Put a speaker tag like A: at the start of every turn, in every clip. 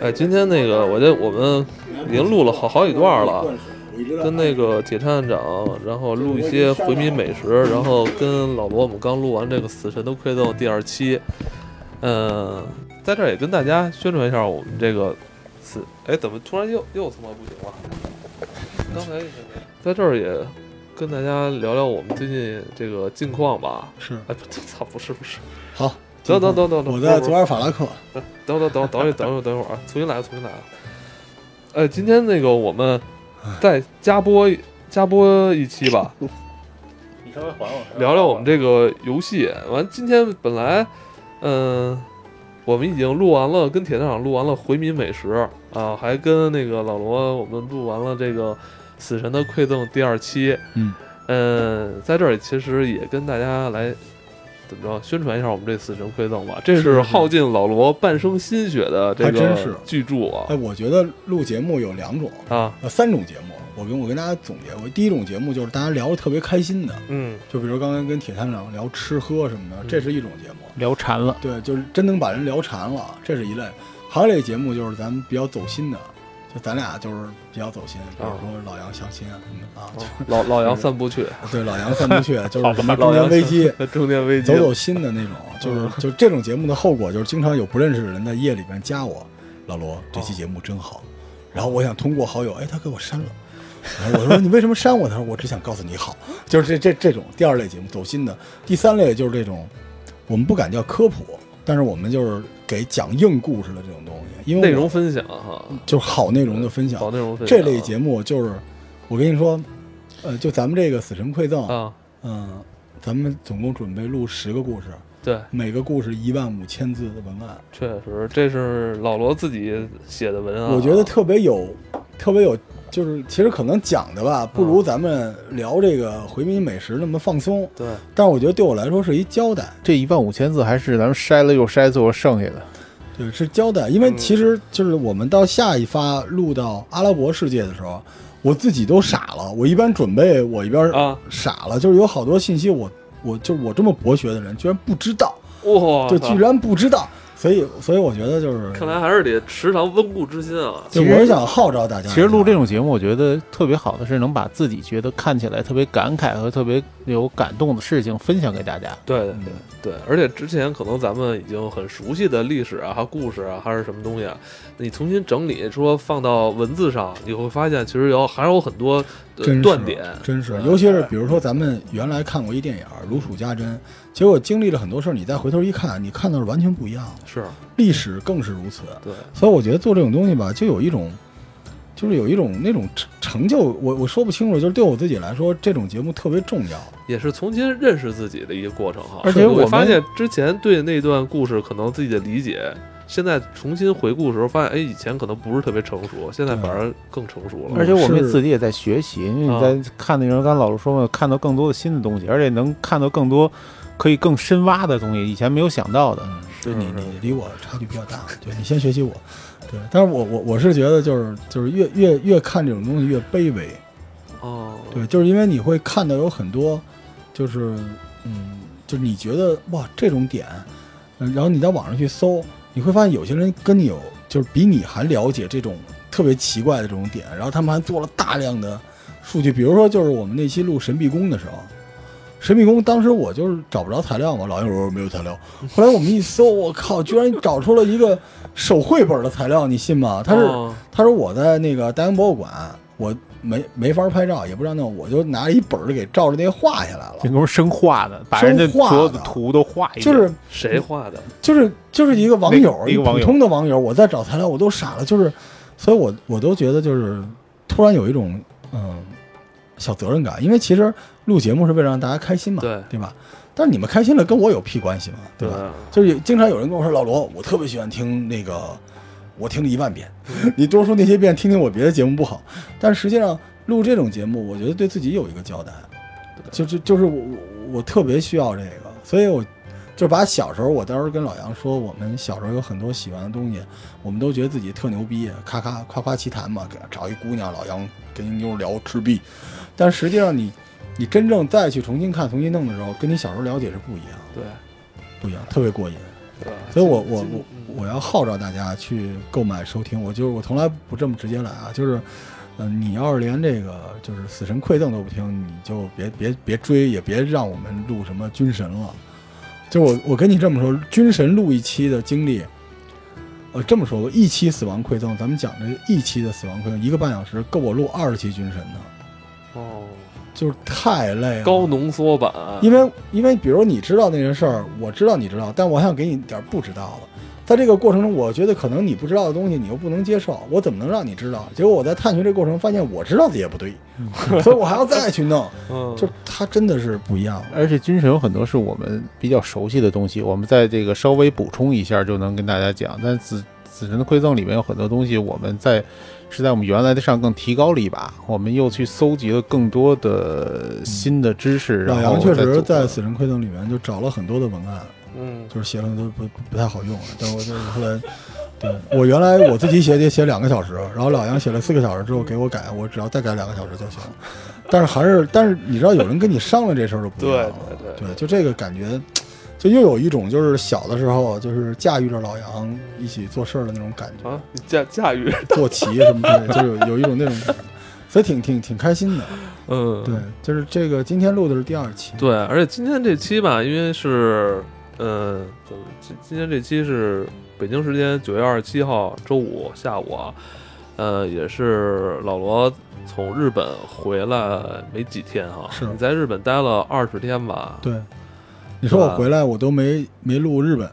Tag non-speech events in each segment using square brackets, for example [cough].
A: 哎，今天那个，我这我们已经录了好好几段了，啊跟那个铁探长，然后录一些回民美食，然后跟老罗，我们刚录完这个《死神的馈赠》第二期，嗯，在这儿也跟大家宣传一下我们这个死，哎，怎么突然又又他妈不行了？刚才在这儿也跟大家聊聊我们最近这个近况吧。
B: 是
A: 哎，不，操，不是不是，
B: 好，
A: 等等等等等，
B: 我在
A: 不是
B: 佐尔法拉克，
A: 等等等等一等一会儿等一会儿啊，重新来啊，重新来啊。呃，今天那个我们再加播加播一期吧，
C: 你稍微缓我，
A: 聊聊我们这个游戏。完，今天本来，嗯、我们已经录完了，跟铁探长录完了回民美食啊，还跟那个老罗我们录完了这个《死神的馈赠》第二期。
B: 嗯
A: 嗯、在这里其实也跟大家来怎么着宣传一下我们这《死神馈赠》吧，这
B: 是
A: 是
B: 是
A: 耗尽老罗半生心血的这
B: 还真是
A: 个巨著啊
B: 哎，我觉得录节目有两种，
A: 啊，
B: 呃，三种节目，我跟我跟大家总结过，第一种节目就是大家聊的特别开心的，
A: [laughs] 嗯
B: 就比如刚才跟铁探长聊吃喝什么的，这是一种节目，
C: 聊馋了，
B: 对，就是真能把人聊馋了，这是一类；还有一类节目就是咱们比较走心的，就咱俩就是比较走心，比如说老杨相亲啊什么的啊，就
A: 老老杨散步去，
B: 对，老杨三不
A: [laughs]
B: 去，就是什么中
A: 老
B: 年
A: 杨
B: 危机。
A: [laughs] 中年危机
B: 走，走心的那种，
A: 嗯
B: 就是就这种节目的后果就是经常有不认识的人在夜里边加我，老罗这期节目真好，然后我想通过好友，哎，他给我删了，然后我说你为什么删我？他说我只想告诉你
A: [laughs]
B: 好，就是这这这种第二类节目走心的，第三类就是这种我们不敢叫科普，但是我们就是给讲硬故事的这种东西，因为我
A: 内容分享哈，
B: 就是好内容的分享
A: 嗯搞，内容分享
B: 这类节目就是我跟你说，呃，就咱们这个《死神馈赠》，
A: 啊，
B: 嗯，咱们总共准备录十个故事。
A: 对，
B: 每个故事一万五千字的文案，
A: 确实这是老罗自己写的文案啊，
B: 我觉得特别有，特别有，就是其实可能讲的吧，不如咱们聊这个回民美食那么放松，
A: 对，
B: 但是我觉得对我来说是一交代，
C: 这一万五千字还是咱们筛了又筛，最后剩下的。
B: 对，是交代，
C: 嗯
B: 因为其实就是我们到下一发录到阿拉伯世界的时候，我自己都傻了，我一般准备我一边
A: 啊
B: 傻了，就是有好多信息我我就是我这么博学的人居然不知道，
C: 啊
A: 哇，
B: 就居然不知道，所以所以我觉得就是，
A: 看来还是得时常温故知新啊，
B: 就我是想号召大家，
C: 其实录这。种节目，我觉得特别好的是能把自己觉得看起来特别感慨和特别有感动的事情分享给大家。
A: 对
B: 嗯
A: 对对对，而且之前可能咱们已经很熟悉的历史啊、还有故事啊，还是什么东西啊，你重新整理说放到文字上，你会发现其实有还有很多呃
B: 真是
A: 断点，
B: 真是，
A: 嗯
B: 尤其是比如说咱们原来看过一电影《如数家珍》，结果经历了很多事儿，你再回头一看，你看到是完全不一样的，
A: 是
B: 历史更是如此。
A: 对，
B: 所以我觉得做这种东西吧，就有一种，就是有一种那种成成就，我我说不清楚，就是对我自己来说，这种节目特别重要。
A: 也是重新认识自己的一个过程哈。
C: 而且
A: 是
C: 我
A: 我
C: 们
A: 发现之前对那段故事可能自己的理解，现在重新回顾的时候发现，哎，以前可能不是特别成熟，现在
B: 对
A: 反而更成熟了。
C: 而且我们
B: 是
C: 自己也在学习，因为你在看那人，刚才老师说嘛，看到更多的新的东西，而且能看到更多可以更深挖的东西，以前没有想到的。
B: 嗯，
A: 是
B: 对你
A: 是
B: 你离我差距比较大，对你先学习我，对。但是我我我是觉得就是就是越越越看这种东西越卑微，
A: 哦，
B: 对，就是因为你会看到有很多，就是嗯，就是你觉得哇这种点，嗯，然后你到网上去搜，你会发现有些人跟你有就是比你还了解这种特别奇怪的这种点，然后他们还做了大量的数据，比如说就是我们那期录神秘宫的时候。神秘宫当时我就是找不着材料嘛，老有说没有材料。后来我们一搜，我靠，居然找出了一个手绘本的材料，你信吗？它是
A: 哦
B: 他说我在那个大英博物馆，我没没法拍照，也不知道弄，我就拿一本儿给照着那画下来了
C: 这，哥们儿生画的，把人家
B: 生画的
C: 所有的图都画一遍。
B: 就是
A: 谁画的？
B: 就是就是一个网友，
C: 那一个网友
B: 普通的网友，我在找材料，我都傻了，就是，所以我我都觉得就是突然有一种嗯小责任感，因为其实录节目是为了让大家开心嘛，
A: 对嗯
B: 对吧？但是你们开心了跟我有屁关系嘛，对吧？
A: 吧？
B: 就是有经常有人跟我说，老罗，我特别喜欢听那个，我听了一万遍，你多说那些遍，听听我别的节目不好。但实际上录这种节目，我觉得对自己有一个交代，就就就是我我我特别需要这个，所以我就把小时候我当时跟老杨说，我们小时候有很多喜欢的东西，我们都觉得自己特牛逼，啊咔咔夸夸其谈嘛，给找一姑娘，老杨跟一妞聊吃逼，但实际上你你真正再去重新看、重新弄的时候，跟你小时候了解是不一样的。
A: 对，
B: 不一样，特别过瘾。
A: 对吧？
B: 所以我我
A: 进
B: 我
A: 嗯
B: 我要号召大家去购买收听，我就是我从来不这么直接来啊，就是，嗯、你要是连这个就是死神馈赠都不听，你就别别别追，也别让我们录什么军神了。就我我跟你这么说，军神录一期的经历，呃，这么说吧，一期死亡馈赠，咱们讲这一期的死亡馈赠一个半小时，够我录二十期军神的，
A: 哦，
B: 就是太累了。
A: 高浓缩版，
B: 因为因为比如你知道那件事儿，我知道你知道，但我还想给你点儿不知道的。在这个过程中，我觉得可能你不知道的东西，你又不能接受，我怎么能让你知道？结果我在探寻这过程，发现我知道的也不对，
C: 嗯
B: [laughs] 所以我还要再去
C: [laughs]
B: 弄。
A: 嗯，
B: 就它真的是不一样的。
C: 而且军神有很多是我们比较熟悉的东西，我们在这个稍微补充一下就能跟大家讲。但子子神的馈赠里面有很多东西，我们在是在我们原来的上更提高了一把，我们又去搜集了更多的新的知识。
B: 老
C: 然后
B: 杨嗯确
C: 再嗯
B: 实
C: 组
B: 在《死神馈赠》里面就找了很多的文案，
A: 嗯，
B: 就是写了很多不不不太好用了。但我就是后来，对我原来我自己写得写两个小时，然后老杨写了四个小时之后给我改，我只要再改两个小时就行。但是还是，但是你知道有人跟你商量这事儿就不一样了。
A: 对对对
B: 就这个感觉，就又有一种就是小的时候就是驾驭着老杨一起做事儿的那种感觉，
A: 啊，你驾驾驭，
B: 坐骑什么之类的，就有有一种那种感觉，所以挺挺挺开心的。
A: 嗯，
B: 对，就是这个今天录的是第二期，
A: 对，而且今天这期吧，因为是，嗯，怎么今今天这期是北京时间九月二十七号周五下午啊，呃，也是老罗从日本回来没几天哈、
B: 是
A: 你在日本待了二十天吧？
B: 对，你说我回来我都没没录日本，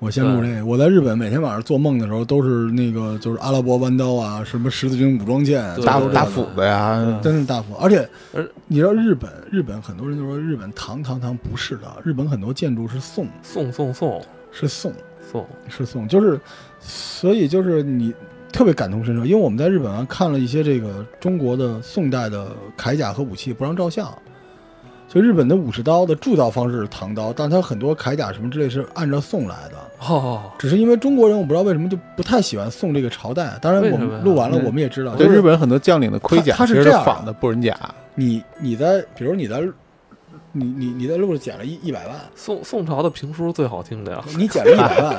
B: 我先录这个。我在日本每天晚上做梦的时候都是那个就是阿拉伯弯刀啊，什么十字嗯军武装舰，啊
A: 对
C: 打
B: 都是
C: 打
B: 这个
C: 斧子呀，
B: 真是大幅。而且
A: 而
B: 你知道日本，日本很多人就说日本堂堂堂不是的，日本很多建筑是宋，
A: 送送送
B: 是宋，
A: 送，
B: 是宋，就是所以就是你。特别感同身受，因为我们在日本啊看了一些这个中国的宋代的铠甲和武器，不让照相。就日本的武士刀的铸造方式是唐刀，但它很多铠甲什么之类是按照宋来的。
A: 哦，
B: 只是因为中国人，我不知道为什么就不太喜欢宋这个朝代。当然，
A: 为
B: 我
A: 什么呀
B: 们录完了，
C: 嗯
B: 我们也知道，
C: 对
B: 就是
C: 日本很多将领的盔甲
B: 它它是
C: 其实
B: 这
C: 都
B: 样的
C: 仿的布人甲。
B: 你你在，比如你在，你你你在路上捡了一一百万，
A: 宋宋朝的评书最好听的呀，
B: 你捡了一百
C: [laughs]
B: 万，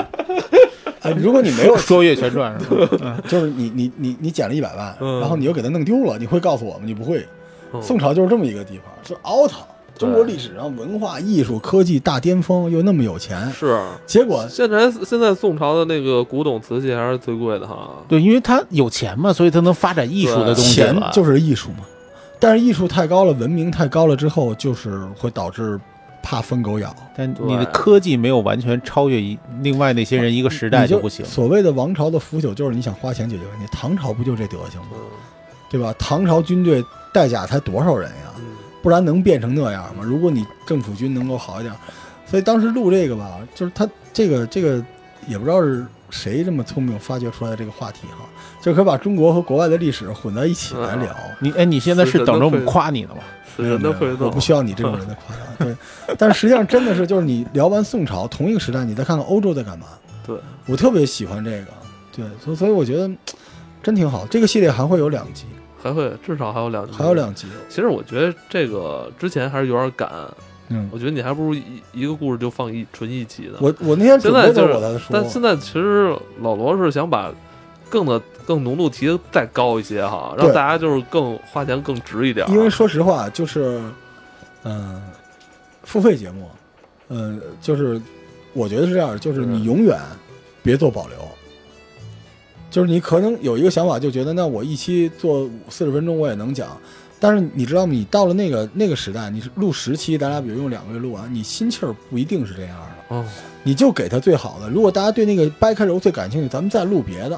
B: 啊，如果你没有，
C: 说岳全传是吧？
B: 就是你你你你捡了一百万，
A: 嗯
B: 然后你又给它弄丢了，你会告诉我吗？你不会。
A: 嗯、
B: 宋朝就是这么一个地方，是 out。中国历史上文化、艺术、科技大巅峰，又那么有钱，
A: 是。
B: 结果
A: 现在现在宋朝的那个古董瓷器还是最贵的哈，
C: 对，因为他有钱嘛，所以他能发展艺术的东西
B: 钱
C: 了。
B: 就是艺术嘛。但是艺术太高了，文明太高了之后，就是会导致怕疯狗咬。
C: 但
A: 对
C: 你的科技没有完全超越一另外那些人一个时代
B: 哦你就
C: 不行。
B: 所谓的王朝的腐朽，就是你想花钱解决问题。唐朝不就这德行吗？
A: 嗯
B: 对吧？唐朝军队代甲才多少人呀？
A: 嗯，
B: 不然能变成那样吗？如果你政府军能够好一点，所以当时录这个吧，就是他这个这个也不知道是谁这么聪明发掘出来这个话题哈，就可以把中国和国外的历史混在一起来聊。
C: 你哎，你现在
A: 死
C: 是
A: 神
C: 等
A: 的
C: 着我们
A: 馈赠
C: 夸你呢吗？
A: 死
B: 没有
A: 神
B: 没
A: 的
B: 有
A: 馈赠，
B: 我不需要你这种人的夸张。对，但是实际上真的是，就是你聊完宋朝，同一个时代，你再看看欧洲在干嘛。
A: 对，
B: 我特别喜欢这个，对，所以所以我觉得真挺好。这个系列还会有两集，
A: 还会至少还有两集，
B: 还有。两集，
A: 其实我觉得这个之前还是有点赶，
B: 嗯，
A: 我觉得你还不如一一个故事就放一纯一集呢。
B: 我我那天
A: 现
B: 准备的时
A: 在就
B: 候我才
A: 是，但
B: 说，
A: 现在其实老罗是想把更的更浓度提的再高一些哈，让
B: 对
A: 大家就是更花钱更值一点。
B: 因为说实话，就是嗯、付费节目，嗯、就是我觉得是这样，就是
A: 嗯
B: 你永远别做保留。就是你可能有一个想法，就觉得那我一期做四十分钟我也能讲，但是你知道吗？你到了那个那个时代，你是录十期，咱俩比如用两个月录完，你心气儿不一定是这样的。
A: 哦，
B: 你就给他最好的。如果大家对那个掰开揉碎感兴趣，咱们再录别的。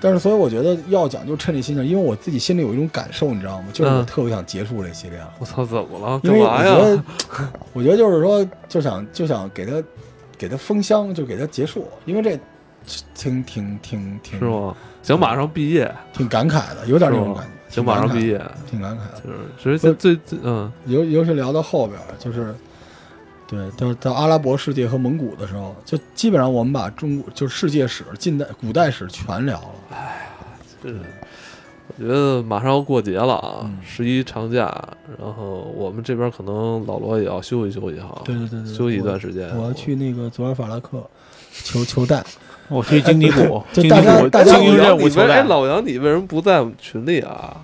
B: 但是，所以我觉得要讲就趁这心情，因为我自己心里有一种感受，你知道吗？就是我
A: 嗯
B: 特别想结束这系列了，
A: 我操，怎么了？
B: 因
A: 干
B: 为我
A: 嘛
B: 觉
A: 呀？
B: 得，我觉得就是说，就想就想给他给他封箱，就给他结束，因为这挺挺挺挺
A: 是吗？想马上毕业，
B: 挺感慨的，有点那
A: 是
B: 种
A: 吗
B: 感觉，
A: 想马上毕
B: 业，
A: 业，
B: 挺感慨的。
A: 就是其实现最最嗯
B: 尤尤其是聊到后边儿，就是对，就是到阿拉伯世界和蒙古的时候，就基本上我们把中国就是世界史、近代、古代史全聊了。
A: 是，我觉得马上要过节了啊
B: 嗯，
A: 十一长假，然后我们这边可能老罗也要休息休息哈，
B: 对对对对，
A: 休息一
B: 我
A: 段时间。
B: 我要去那个佐尔法拉克求求带，
C: 我去经济 [laughs] 股，
B: 就
C: 经济
B: 大家
C: 股
B: 大家
C: 经营
A: 老
C: 任
A: 杨，你
C: 务
A: 为
C: 求
A: 哎，
C: 带
A: 老杨，你为什么不在我们群里啊？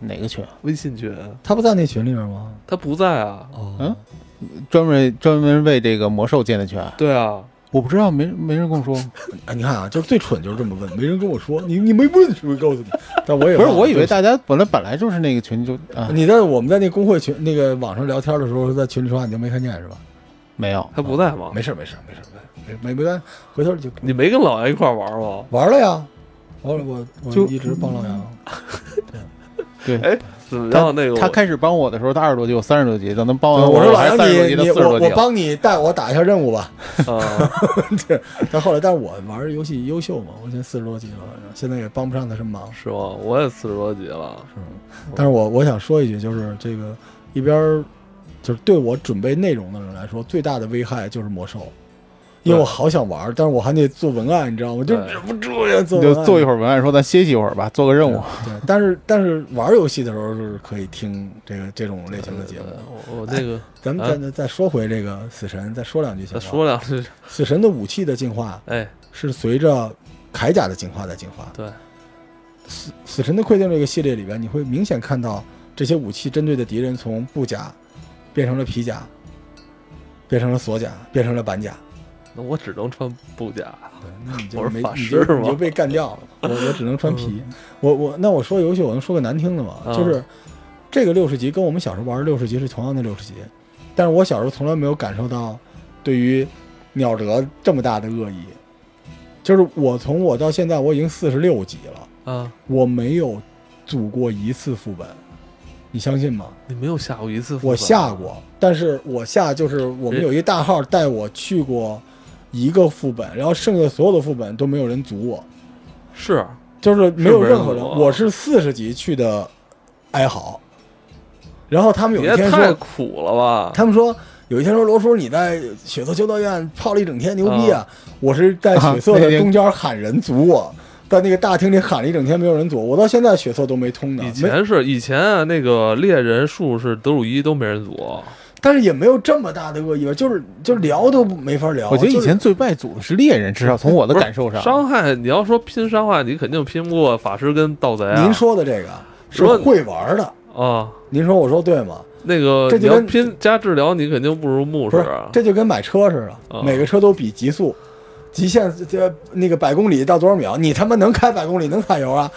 C: 哪个群？
A: 微信群
B: 他不在那群里面吗？
A: 他不在啊？
B: 哦，
C: 嗯专门专门为这个魔兽建的群？
A: 对啊，
C: 我不知道，没没人跟我说。
B: 哎，你看啊，就是最蠢就是这么问，没人跟我说，你你没问是不是告诉你？ [laughs] 但我也
C: 不是，
B: 忘了
C: 我以为
B: 就是
C: 大家本来本来就是那个群就啊，
B: 你在我们在那工会群那个网上聊天的时候，在群里说话，你就没看见是吧？
C: 没有。
A: 他不在吗？
B: 没事儿没事儿没事儿没事儿没没关，回头就
A: 你没跟老杨一块玩吗？
B: 玩了呀。我我我
C: 就
B: 一直帮老杨，
C: 对，
A: 哎怎么
C: 他
A: 样？那个
C: 他
A: 我
C: 开始帮我的时候，他二十多级，我三十多级，等他帮完
B: 嗯我说老
C: 哦还
B: 杨
C: 三十多级
B: 你
C: 到
B: 你
C: 四十
B: 我
C: 多啊级
B: 我
C: 了。
B: 帮你带我打一下任务吧。
A: 啊，
B: 但后来，但是我玩游戏优秀嘛，我现在四十多级了，反正现在也帮不上他什么忙。
A: 是吗？我也四十多级
B: [laughs]
A: 了，
B: 但是我我想说一句，就是这个一边儿就是对我准备内容的人来说，最大的危害就是魔兽，因为我好想玩儿，但是我还得做文案，你知道吗？就
A: 对
B: 忍不住呀，做
C: 你
B: 文
C: 就
B: 案
C: 做一会儿文案，说咱歇息一会儿吧，做个任务。
B: 对，但是但是玩儿游戏的时候是可以听这个这种类型的节目
A: 对。我我那个
B: 咱们
C: 啊
B: 再、再说回这个死神，再说两句行
A: 再
B: 吗？
A: 说两句，
B: 死神的武器的进化
A: 哎，
B: 是随着铠甲的进化在进化。
A: 对，
B: 死死神的馈赠这个系列里边，你会明显看到这些武器针对的敌人从布甲变成了皮甲，变成了锁甲，变成了板甲。
A: 那我只能穿布甲。
B: 对，那你就
A: 我是
B: 没
A: 法
B: 你
A: 师
B: 就你
A: 吗
B: 就被干掉
A: [laughs]
B: 了。我我只能穿皮。我我那我说游戏，我能说个难听的吗？
A: 嗯
B: 就是这个六十级跟我们小时候玩的六十级是同样的六十级，但是我小时候从来没有感受到对于鸟哲这么大的恶意。就是我从我到现在我已经四十六级了，
A: 啊，
B: 我没有组过一次副本，你相信吗？
A: 你没有下过一次副本？
B: 我下过，但是我下就是我们有一大号带我去过一个副本，然后剩下所有的副本都没有人阻我，
A: 是
B: 就是没有任何人。
A: 是不是
B: 我是四十级去的哀嚎，然后他们有
A: 别
B: 一天
A: 太
B: 说，
A: 苦了吧？
B: 他们说有一天说罗叔你在血色修道院泡了一整天，牛逼啊！我是在血色
A: [laughs]
C: 啊那
B: 的
C: 天
B: 中间喊人阻我。在那个大厅里喊了一整天，没有人阻我，我到现在血色都没通呢。
A: 以
B: 没
A: 前是以前啊，那个猎人、术士、德鲁伊都没人组，
B: 但是也没有这么大的恶意吧，就是就是聊都没法聊。
C: 我觉得以
B: 哦就是
C: 前最败组的是猎人，至少从我的感受上，
A: 伤害你要说拼伤害，你肯定拼不过法师跟盗贼啊。
B: 您说的这个是
A: 说
B: 会玩的，
A: 啊，
B: 您说我说对吗？
A: 那个
B: 这
A: 你
B: 就
A: 要
B: 跟
A: 拼加治疗，你肯定不如牧
B: 不
A: 师
B: 是
A: 啊，。
B: 这就跟买车似
A: 啊
B: 的，每个车都比极速，极限这那个百公里到多少秒，你他妈能开百公里能踩油啊？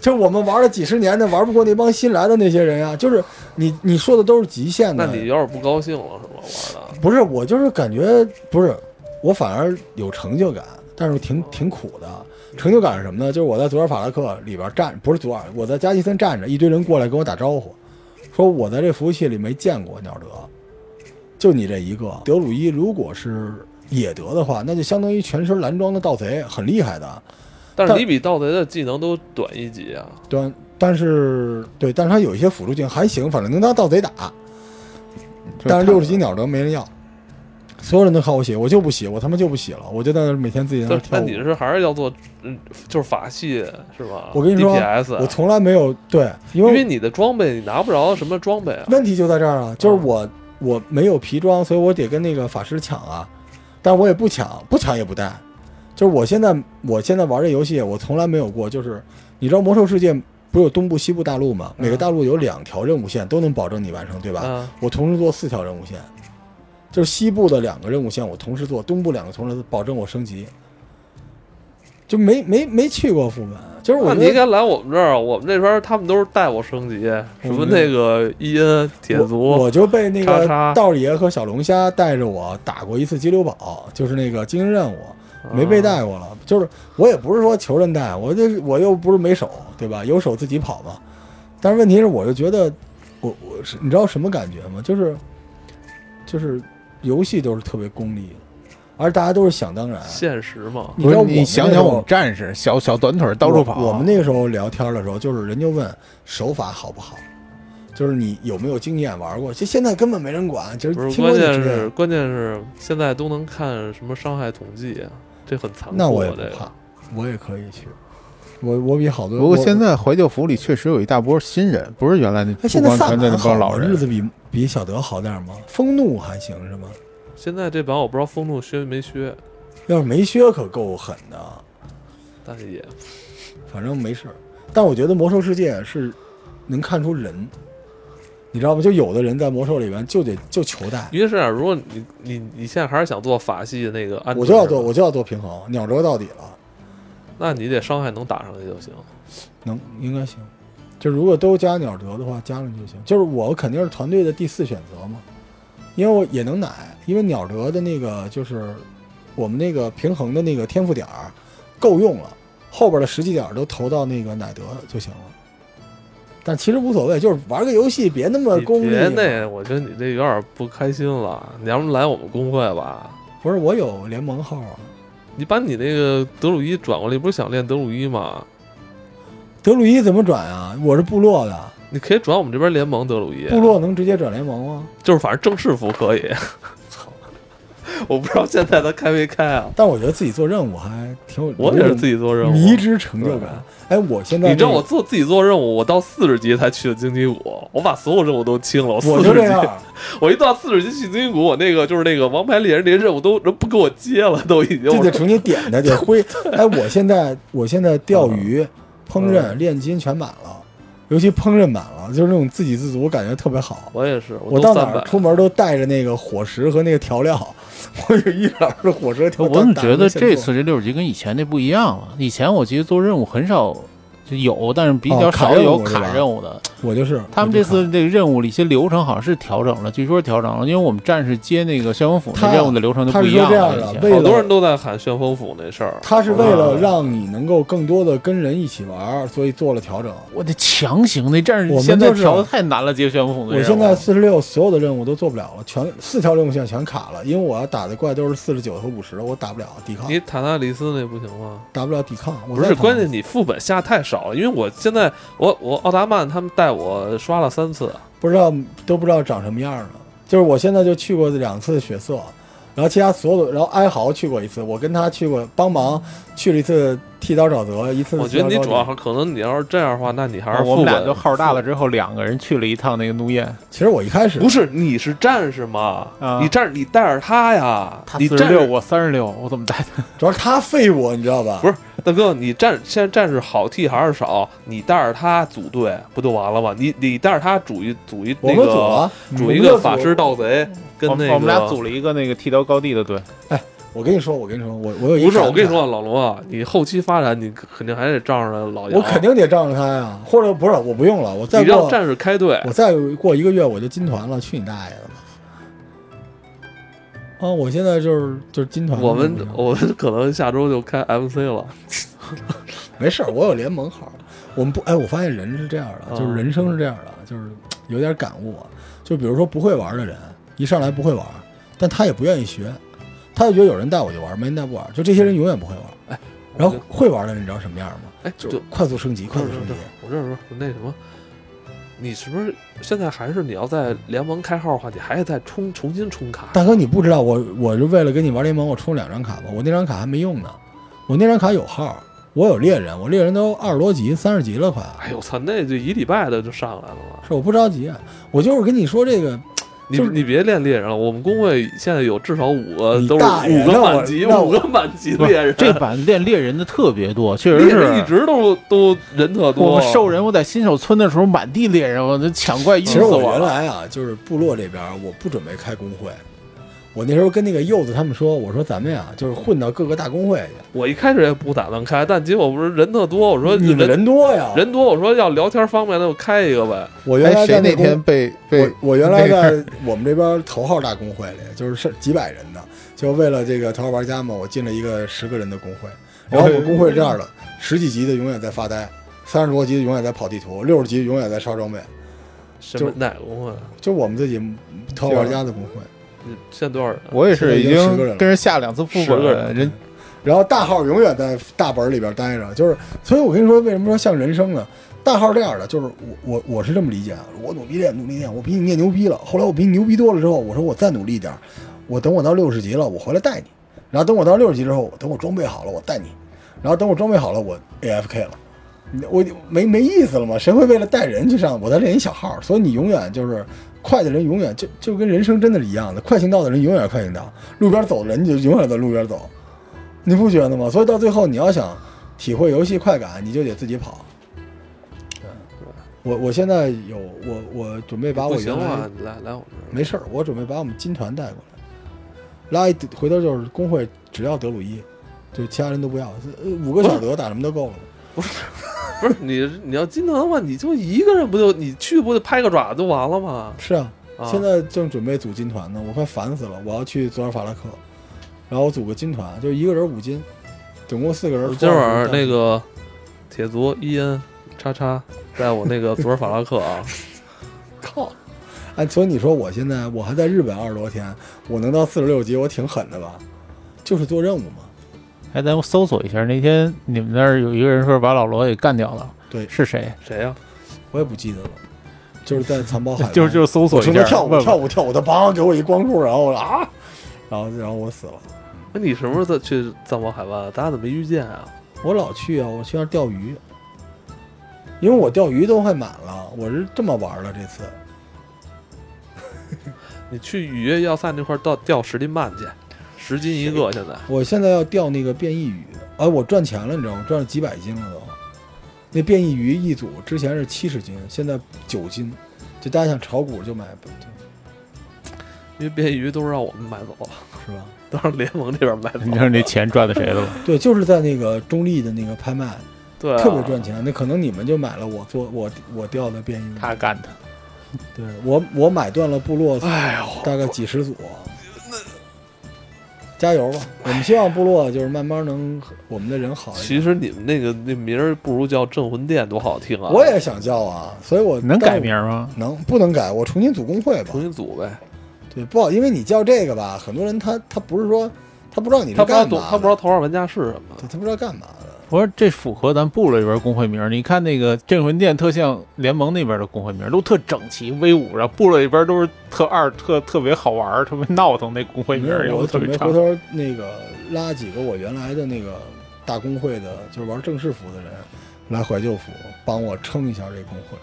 B: 就我们玩了几十年的，玩不过那帮新来的那些人啊！就是你你说的都是极限
A: 那
B: 的，
A: 你有点不高兴了是吧？玩啊的
B: 不是我就是感觉不是，我反而有成就感，但是挺挺苦的。成就感是什么呢？就是我在佐尔法拉克里边站，不是佐尔，我在加基森站着，一堆人过来跟我打招呼，说我在这服务器里没见过鸟德，就你这一个。德鲁伊如果是野德的话，那就相当于全身蓝装的盗贼，很厉害的。
A: 但是
B: 但
A: 你比盗贼的技能都短一级啊。
B: 但但是对，但是他有一些辅助技能还行，反正能当盗贼打。
C: 就是
B: 但是
C: 他
B: 六十级鸟德没人要，所有人都靠我洗，我就不洗，我他妈就不洗了，我就在那儿每天自己在那
A: 但
B: 儿
A: 是那
B: 跳
A: 你
B: 舞。
A: 是还是要做，嗯，就是法系是吧？
B: 我跟你说
A: DPS，啊
B: 我从来没有对，因
A: 因为
B: 为
A: 你的装备你拿不着什么装备啊。
B: 问题就在这儿啊，
A: 嗯
B: 就是我、我没有皮装，所以我得跟那个法师抢啊，但我也不抢，不抢也不带。就是我现在我现在玩这游戏，我从来没有过，就是你知道魔兽世界不是有东部、西部大陆吗？每个大陆有两条任务线，都能保证你完成，对吧？
A: 嗯，
B: 我同时做四条任务线，就是西部的两个任务线我同时做，东部两个同时做，保证我升级。就没没没去过副本，就是
A: 那
B: 我
A: 你应
B: 觉得
A: 该来我们这儿，我们那边他们都是带我升级，什么那个伊恩铁
B: 我
A: 族
B: 我就被那
A: 叉
B: 个
A: 叉
B: 道爷和小龙虾带着我打过一次激流堡，就是那个精英任务，没
C: 嗯
A: 啊
B: 被带过了。就是我也不是说求人带，我这我又不是没手，对吧？有手自己跑嘛。但是问题是，我就觉得我我是你知道什么感觉吗？就是就是游戏都是特别功利，而大家都是想当然。
A: 现实嘛。
B: 你
C: 不
B: 知
C: 是
B: 道我
C: 你
B: 们
C: 想
B: 那时
C: 想，
B: 候
C: 我们战士小小短腿到处跑，
B: 我。我们那个时候聊天的时候，就是人家问手法好不好，就是你有没有经验玩过。其实现在根本没人管，就是
A: 不是，
B: 听说
A: 关
B: 就
A: 键
B: 知
A: 是
B: 道。
A: 关键是现在都能看什么伤害统计啊，这很残酷啊。
B: 那我也
A: 这
B: 不
A: 个
B: 怕，我也可以去。我我比好多。
C: 不过现
B: 在，
C: 在怀旧服里确实有一大波新人，不是原来那
B: 哎，
C: 不
B: 现在
C: 光
B: 萨
C: 团队那
B: 满好
C: 帮老
B: 日
C: 人。
B: 子比比小德好点吗？风怒还行是吗？
A: 现在这版我不知道风怒削没削，
B: 要是没削可够狠的，
A: 但是也
B: 反正没事儿。但我觉得魔兽世界是能看出人，你知道吗？就有的人在魔兽里边就得就求带，
A: 于是啊，如果你你你现在还是想做法系啊的那个安，
B: 我就要做，我，就要做平衡，鸟啄到底了。
A: 那你得伤害能打上去就行。
B: 能应该行。就如果都加鸟德的话，加上就行。就是我肯定是团队的第四选择嘛，因为我也能奶，因为鸟德的那个就是我们那个平衡的那个天赋点儿够用了，后边的实际点儿都投到那个奶德就行了。但其实无所谓，就是玩个游戏，别那么
A: 你
B: 功利
A: 别
B: 嘛。
A: 那，我觉得你这有点不开心了。你要不来我们公会吧？
B: 不是我有联盟号啊，
A: 你把你那个德鲁伊转过来，不是想练德鲁伊吗？
B: 德鲁伊怎么转啊？我是部落的，
A: 你可以转我们这边联盟德鲁伊，啊
B: 部落能直接转联盟吗？
A: 就是反正正式服可以。 [laughs] 我不知道现在他开没开啊？
B: 但我觉得自己做任务还挺有，
A: 我也是自己做任务，
B: 迷之成就感。哎，我现在
A: 你知道
B: 那个
A: 我做自己做任务，我到四十级才去的荆棘谷，我把所有任务都清了。我
B: 我
A: 四
B: 就
A: 十
B: 这
A: 级，
B: 样，
A: 我一到四十级去荆棘谷，我那个就是那个王牌猎人那些任务都人不给我接了，都已经。
B: 就
A: 我
B: 得
A: 说
B: 重新点它，得挥。哎，我现在我现在钓鱼、烹饪、炼金全满了，尤其烹饪满了，就是那种自给自足，感觉特别好。
A: 我也是，
B: 我到
A: 都
B: 哪
A: 三
B: 儿
A: 百。
B: 出门都带着那个伙食和那个调料，我有一篮儿的伙食和调料。
C: 我怎么
B: 打
C: 觉
B: 开
C: 得
B: 现做
C: 这次这六十级跟以前那不一样了？以前我其实做任务很少，就有，但是比
B: 哦
C: 较
B: 卡
C: 少
B: 任
C: 有
B: 务是吧
C: 卡任务的。
B: 我就是
C: 他们这次这个任务里一些流程好像是调整了，据说是调整了，因为我们战士接那个旋风斧
B: 他
C: 那任务的流程就
B: 他
C: 不
B: 是
C: 一
B: 说
C: 样
B: 这样
C: 了。
B: 的
C: 以，前
B: 为
A: 好多
B: 了
A: 人都在喊旋风斧那事儿，
B: 他是为了
A: 嗯
B: 让你能够更多的跟人一起玩儿，所以做了调整。
C: 我得强行那战
B: 我
C: 士
B: 们
C: 现在
B: 就是
C: 调的太难了，接旋风斧的
B: 我
C: 任务。
B: 现在四十六所有的任务都做不了了，全四条任务线全卡了，因为我要打的怪都是四十九和五十，我打不了抵抗，
A: 你塔纳里斯那不行吗？
B: 打不了抵抗。我
A: 不
B: 在
A: 是，
B: 旁
A: 关键你副本下太少了，因为我现在我我奥达曼他们带我刷了三次，
B: 不知道都不知道长什么样了。就是我现在就去过两次血色，然后其他所有的，然后哀嚎去过一次，我跟他去过帮忙去了一次剃刀沼泽，一次
A: 我觉得
B: 剃
A: 你
B: 刀沼
A: 主要可能你要是这样的话，那你还是
C: 啊我
A: 副
C: 们
A: 本。
C: 俩就号大了之后，两个人去了一趟那个怒焰，
B: 其实我一开始
A: [laughs] 不是，你是战士嘛？
C: 啊
A: 你战士，你带着他呀。
C: 他
A: 你
C: 四
A: 战
C: 十六，
A: 士
C: 我三十六，我怎么带他？
B: 主要是他废我，你知道吧？
A: 不是大哥，你战现在战士好替还是少？你带着他组队不就完了吗？你你带着他组一组一
B: 我
A: 那
B: 们组啊了，
A: 个组一
B: 我们就
A: 个
B: 组
A: 法师盗贼，跟
C: 我
A: 那
C: 们
A: 个
C: 我们俩组了一个那个剃刀高地的队，
B: 我跟你说，我跟你说，我我有一
A: 不是，
B: 感
A: 我跟你
B: 慨
A: 说，老罗啊，你后期发展，你肯定还得仗着老杨。
B: 我肯定得仗着他呀，或者不是我不用了，我再
A: 你让
B: 过
A: 战士开队，
B: 我再过一个月我就金团了，去你大爷的吧！啊，我现在就是就是金团了。
A: 我们
B: 不行
A: 我们可能下周就开 MC 了。
B: 没事儿，我有联盟号。我们不哎，我发现人是这样的，
A: 啊
B: 就是人生是这样的，就是有点感悟啊。就比如说不会玩的人，一上来不会玩，但他也不愿意学，他就觉得有人带我就玩，没人带不玩。就这些人永远不会玩。
A: 哎，
B: 然后会玩的人你知道什么样吗？
A: 哎，
B: 就
A: 就是
B: 快速升级，快
A: 不
B: 速
A: 是
B: 升
A: 不
B: 级
A: 是。，我这说那什么，你是不是现在还是你要在联盟开号的话，你还得再充重新充卡？
B: 大哥，你不知道我，我是为了跟你玩联盟，我充了两张卡吧，我那张卡还没用呢，我那张卡有号，我有猎人，我猎人都二十多级、三十级了快，
A: 哎呦我操，那就一礼拜的就上来了嘛。
B: 是我不着急，啊我就是跟你说这个，
A: 你、
B: 就是
A: 你别练猎人了，我们工会现在有至少五个
B: 你
A: 都是
B: 大爷
A: 五个
B: 那我
A: 满级，
B: 那我
A: 五个满级
C: 不
A: 猎人。
C: [laughs]
A: 啊
C: 这版练猎人的特别多，确实
A: 猎人一
C: 是。
A: 直都都人特多，
C: 我们兽人，我在新手村的时候满地猎人，我那抢怪晕
B: 其
C: 死
B: 实我
C: 我
B: 原
C: 了。
B: 来啊，就是部落这边我不准备开工会，我那时候跟那个柚子他们说，我说咱们呀，就是混到各个大工会去，
A: 我一开始也不打算开，但结果不是人特多，我说
B: 你们人多呀，
A: 人多，我说要聊天方便，那就开一个呗。
B: 我
C: 哎
B: 原来在工
C: 被
B: 我我原来在我们这边头号大公会里，就是是几百人的，就为了这个头号玩家嘛，我进了一个十个人的公会，然后我们公会是这样的，十几级的永远在发呆，三十多级的永远在跑地图，六十级永远在刷装备，
A: 什么哪个工会？啊
B: 就我们自己头号玩家的公会。
A: 你现在多少人？啊
C: 我也是已经
B: 十个人了嗯
C: 跟人下两次副
A: 十
C: 本
A: 个
C: 了，
A: 人
C: 人
B: 然后大号永远在大本里边待着，就是，所以我跟你说，为什么说像人生呢？大号这样的，就是我我我是这么理解啊，我努力练，努力练，我比你念牛逼了，后来我比你牛逼多了之后，我说我再努力一点，我等我到六十级了，我回来带你，然后等我到六十级之后，等我装备好了，我带你，然后等我装备好了，我 AFK 了，我没没意思了吗？谁会为了带人去上？我再练一小号，所以你永远就是快的人，永远就就跟人生真的是一样的，快行道的人永远快行道，路边走的人就永远在路边走，你不觉得吗？所以到最后，你要想体会游戏快感，你就得自己跑。嗯对，我我现在有我我准备把我
A: 不行
B: 原来
A: 了，你来来我这儿。
B: 没事儿，我准备把我们金团带过来，拉一回头就是工会，只要德鲁伊，就其他人都不要，呃五个
A: 哦
B: 小德打什么都够了。
A: 不是你，你要金团的话，你就一个人不就你去不就拍个爪子就完了吗？
B: 是啊，
A: 啊
B: 现在正准备组金团呢，我快烦死了，我要去佐尔法拉克，然后我组个金团，就一个人五金，总共四个人
A: 我。
B: 除
A: 今
B: 了
A: 晚上
B: 我带
A: 那个铁足伊恩叉叉在我那个佐尔法拉克啊，
B: [laughs] 靠，哎，所以你说我现在我还在日本二十多天，我能到四十六级，我挺狠的吧？就是做任务嘛。
C: 哎，咱搜索一下，那天你们那儿有一个人说把老罗给干掉了，
B: 对
C: 是谁？
A: 谁呀、
B: 我也不记得了，就是在藏宝海湾，
C: [laughs] 就是就是搜索
B: 我
C: 一
B: 从
C: 下
B: 那，跳舞
C: 问问
B: 跳舞跳舞，他梆给我一光柱，然后我啊，然后然后我死了。
A: 那你什么时候再去藏宝海湾？咱俩怎么没遇见啊？
B: 我老去啊，我去那儿钓鱼，因为我钓鱼都快满了，我是这么玩的这次。
A: 你去雨夜要塞那块儿钓钓十斤鳗去，十斤一个现在。
B: 我现在要钓那个变异鱼，哎，我赚钱了，你知道吗？赚了几百斤了都。那变异鱼一组之前是七十斤，现在九斤，就大家想炒股就买，就
A: 因为变异鱼都是让我们买走了，
B: 是吧？
A: 都让联盟这边买走
C: 你
A: 了。
C: 看这钱赚的谁的了？
B: 对，就是在那个中立的那个拍卖，
A: 对、啊，
B: 特别赚。钱。那可能你们就买了我做我我钓的变异鱼，
C: 他干的。
B: 对我我买断了部落
A: 哎呦，
B: 大概几十组。啊加油吧！我们希望部落就是慢慢能我们的人好一点。
A: 其实你们那个那名儿不如叫镇魂殿多好听啊！
B: 我也想叫啊，所以我
C: 能
B: 但
C: 改
B: 我
C: 名吗？
B: 能不能改？我重新组工会吧
A: 重。新组呗。
B: 对，不好，因为你叫这个吧，很多人他他不是说他不知道你是
A: 他不知道
B: 干
A: 懂
B: 嘛，的，
A: 他不知道头号玩家是什么。
B: 对，他不知道干嘛的。
C: 我说这符合咱部落里边工会名。你看那个镇魂殿特像联盟那边的工会名，都特整齐威武，然后部落里边都是特二、特特别好玩、特别闹腾那工会名，
B: 没有
C: 有
B: 我
C: 的特
B: 准
C: 别
B: 备
C: 长
B: 回。头那个拉几个我原来的那个大工会的，就是玩正式服的人来怀旧服，帮我撑一下这工会。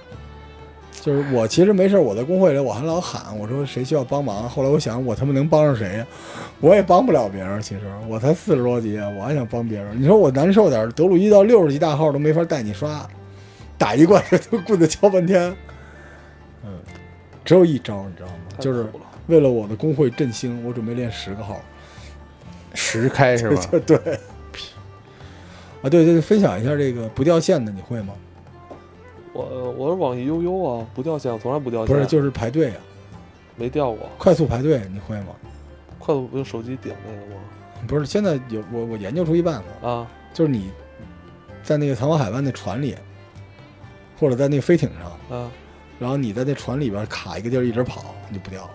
B: 就是我其实没事，我在工会里我还老喊我说谁需要帮忙。后来我想我他妈能帮上谁呀、我也帮不了别人。其实我才四十多级，啊我还想帮别人。你说我难受点儿，德鲁伊到六十级大号都没法带你刷，打一罐就 [laughs] 棍子敲半天。嗯，只有一招，你知道吗？就是
A: 太苦了
B: 为了我的工会振兴，我准备练十个号。
C: 十开是吧？
B: 对。啊，对对对，分享一下这个不掉线的，你会吗？
A: 我我是网易悠悠啊，不掉线，我从来不掉线，
B: 不是，就是排队啊，
A: 没掉过。
B: 快速排队，你会吗？
A: 快速不用手机顶那个吗？
B: 不是，现在有我我研究出一办法，
A: 啊，
B: 就是你在那个藏宝海湾的船里，或者在那个飞艇上，
A: 啊，
B: 然后你在那船里边卡一个地儿一直跑，你就不掉了，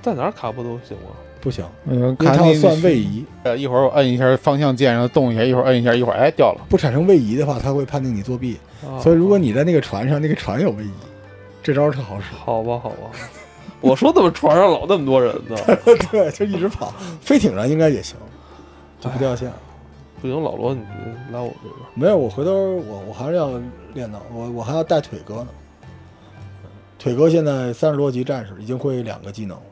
A: 在哪儿卡不都行啊吗？
B: 不行，
C: [laughs] 嗯，
B: 因为
C: 看
B: 它
C: 那
B: 要算位移，
C: 呃，一会儿我摁一下方向键，然后动一下，一会儿摁一下，一会儿哎掉了。
B: 不产生位移的话，它会判定你作弊。
C: 哦
A: 啊
B: 所以如果你在那个船上，那个船有位移，这招儿特好
C: [laughs]
B: 使。
A: 好吧，好吧，我说怎么船上老那么多人呢？
B: 对，就一直跑，飞艇上应该也行，就不掉线。
A: 不行，老罗，你来我这边。
B: 没有，我回头我我还是要练的，我我还要带腿哥呢。腿哥现在三十多级战士，已经会两个技能了，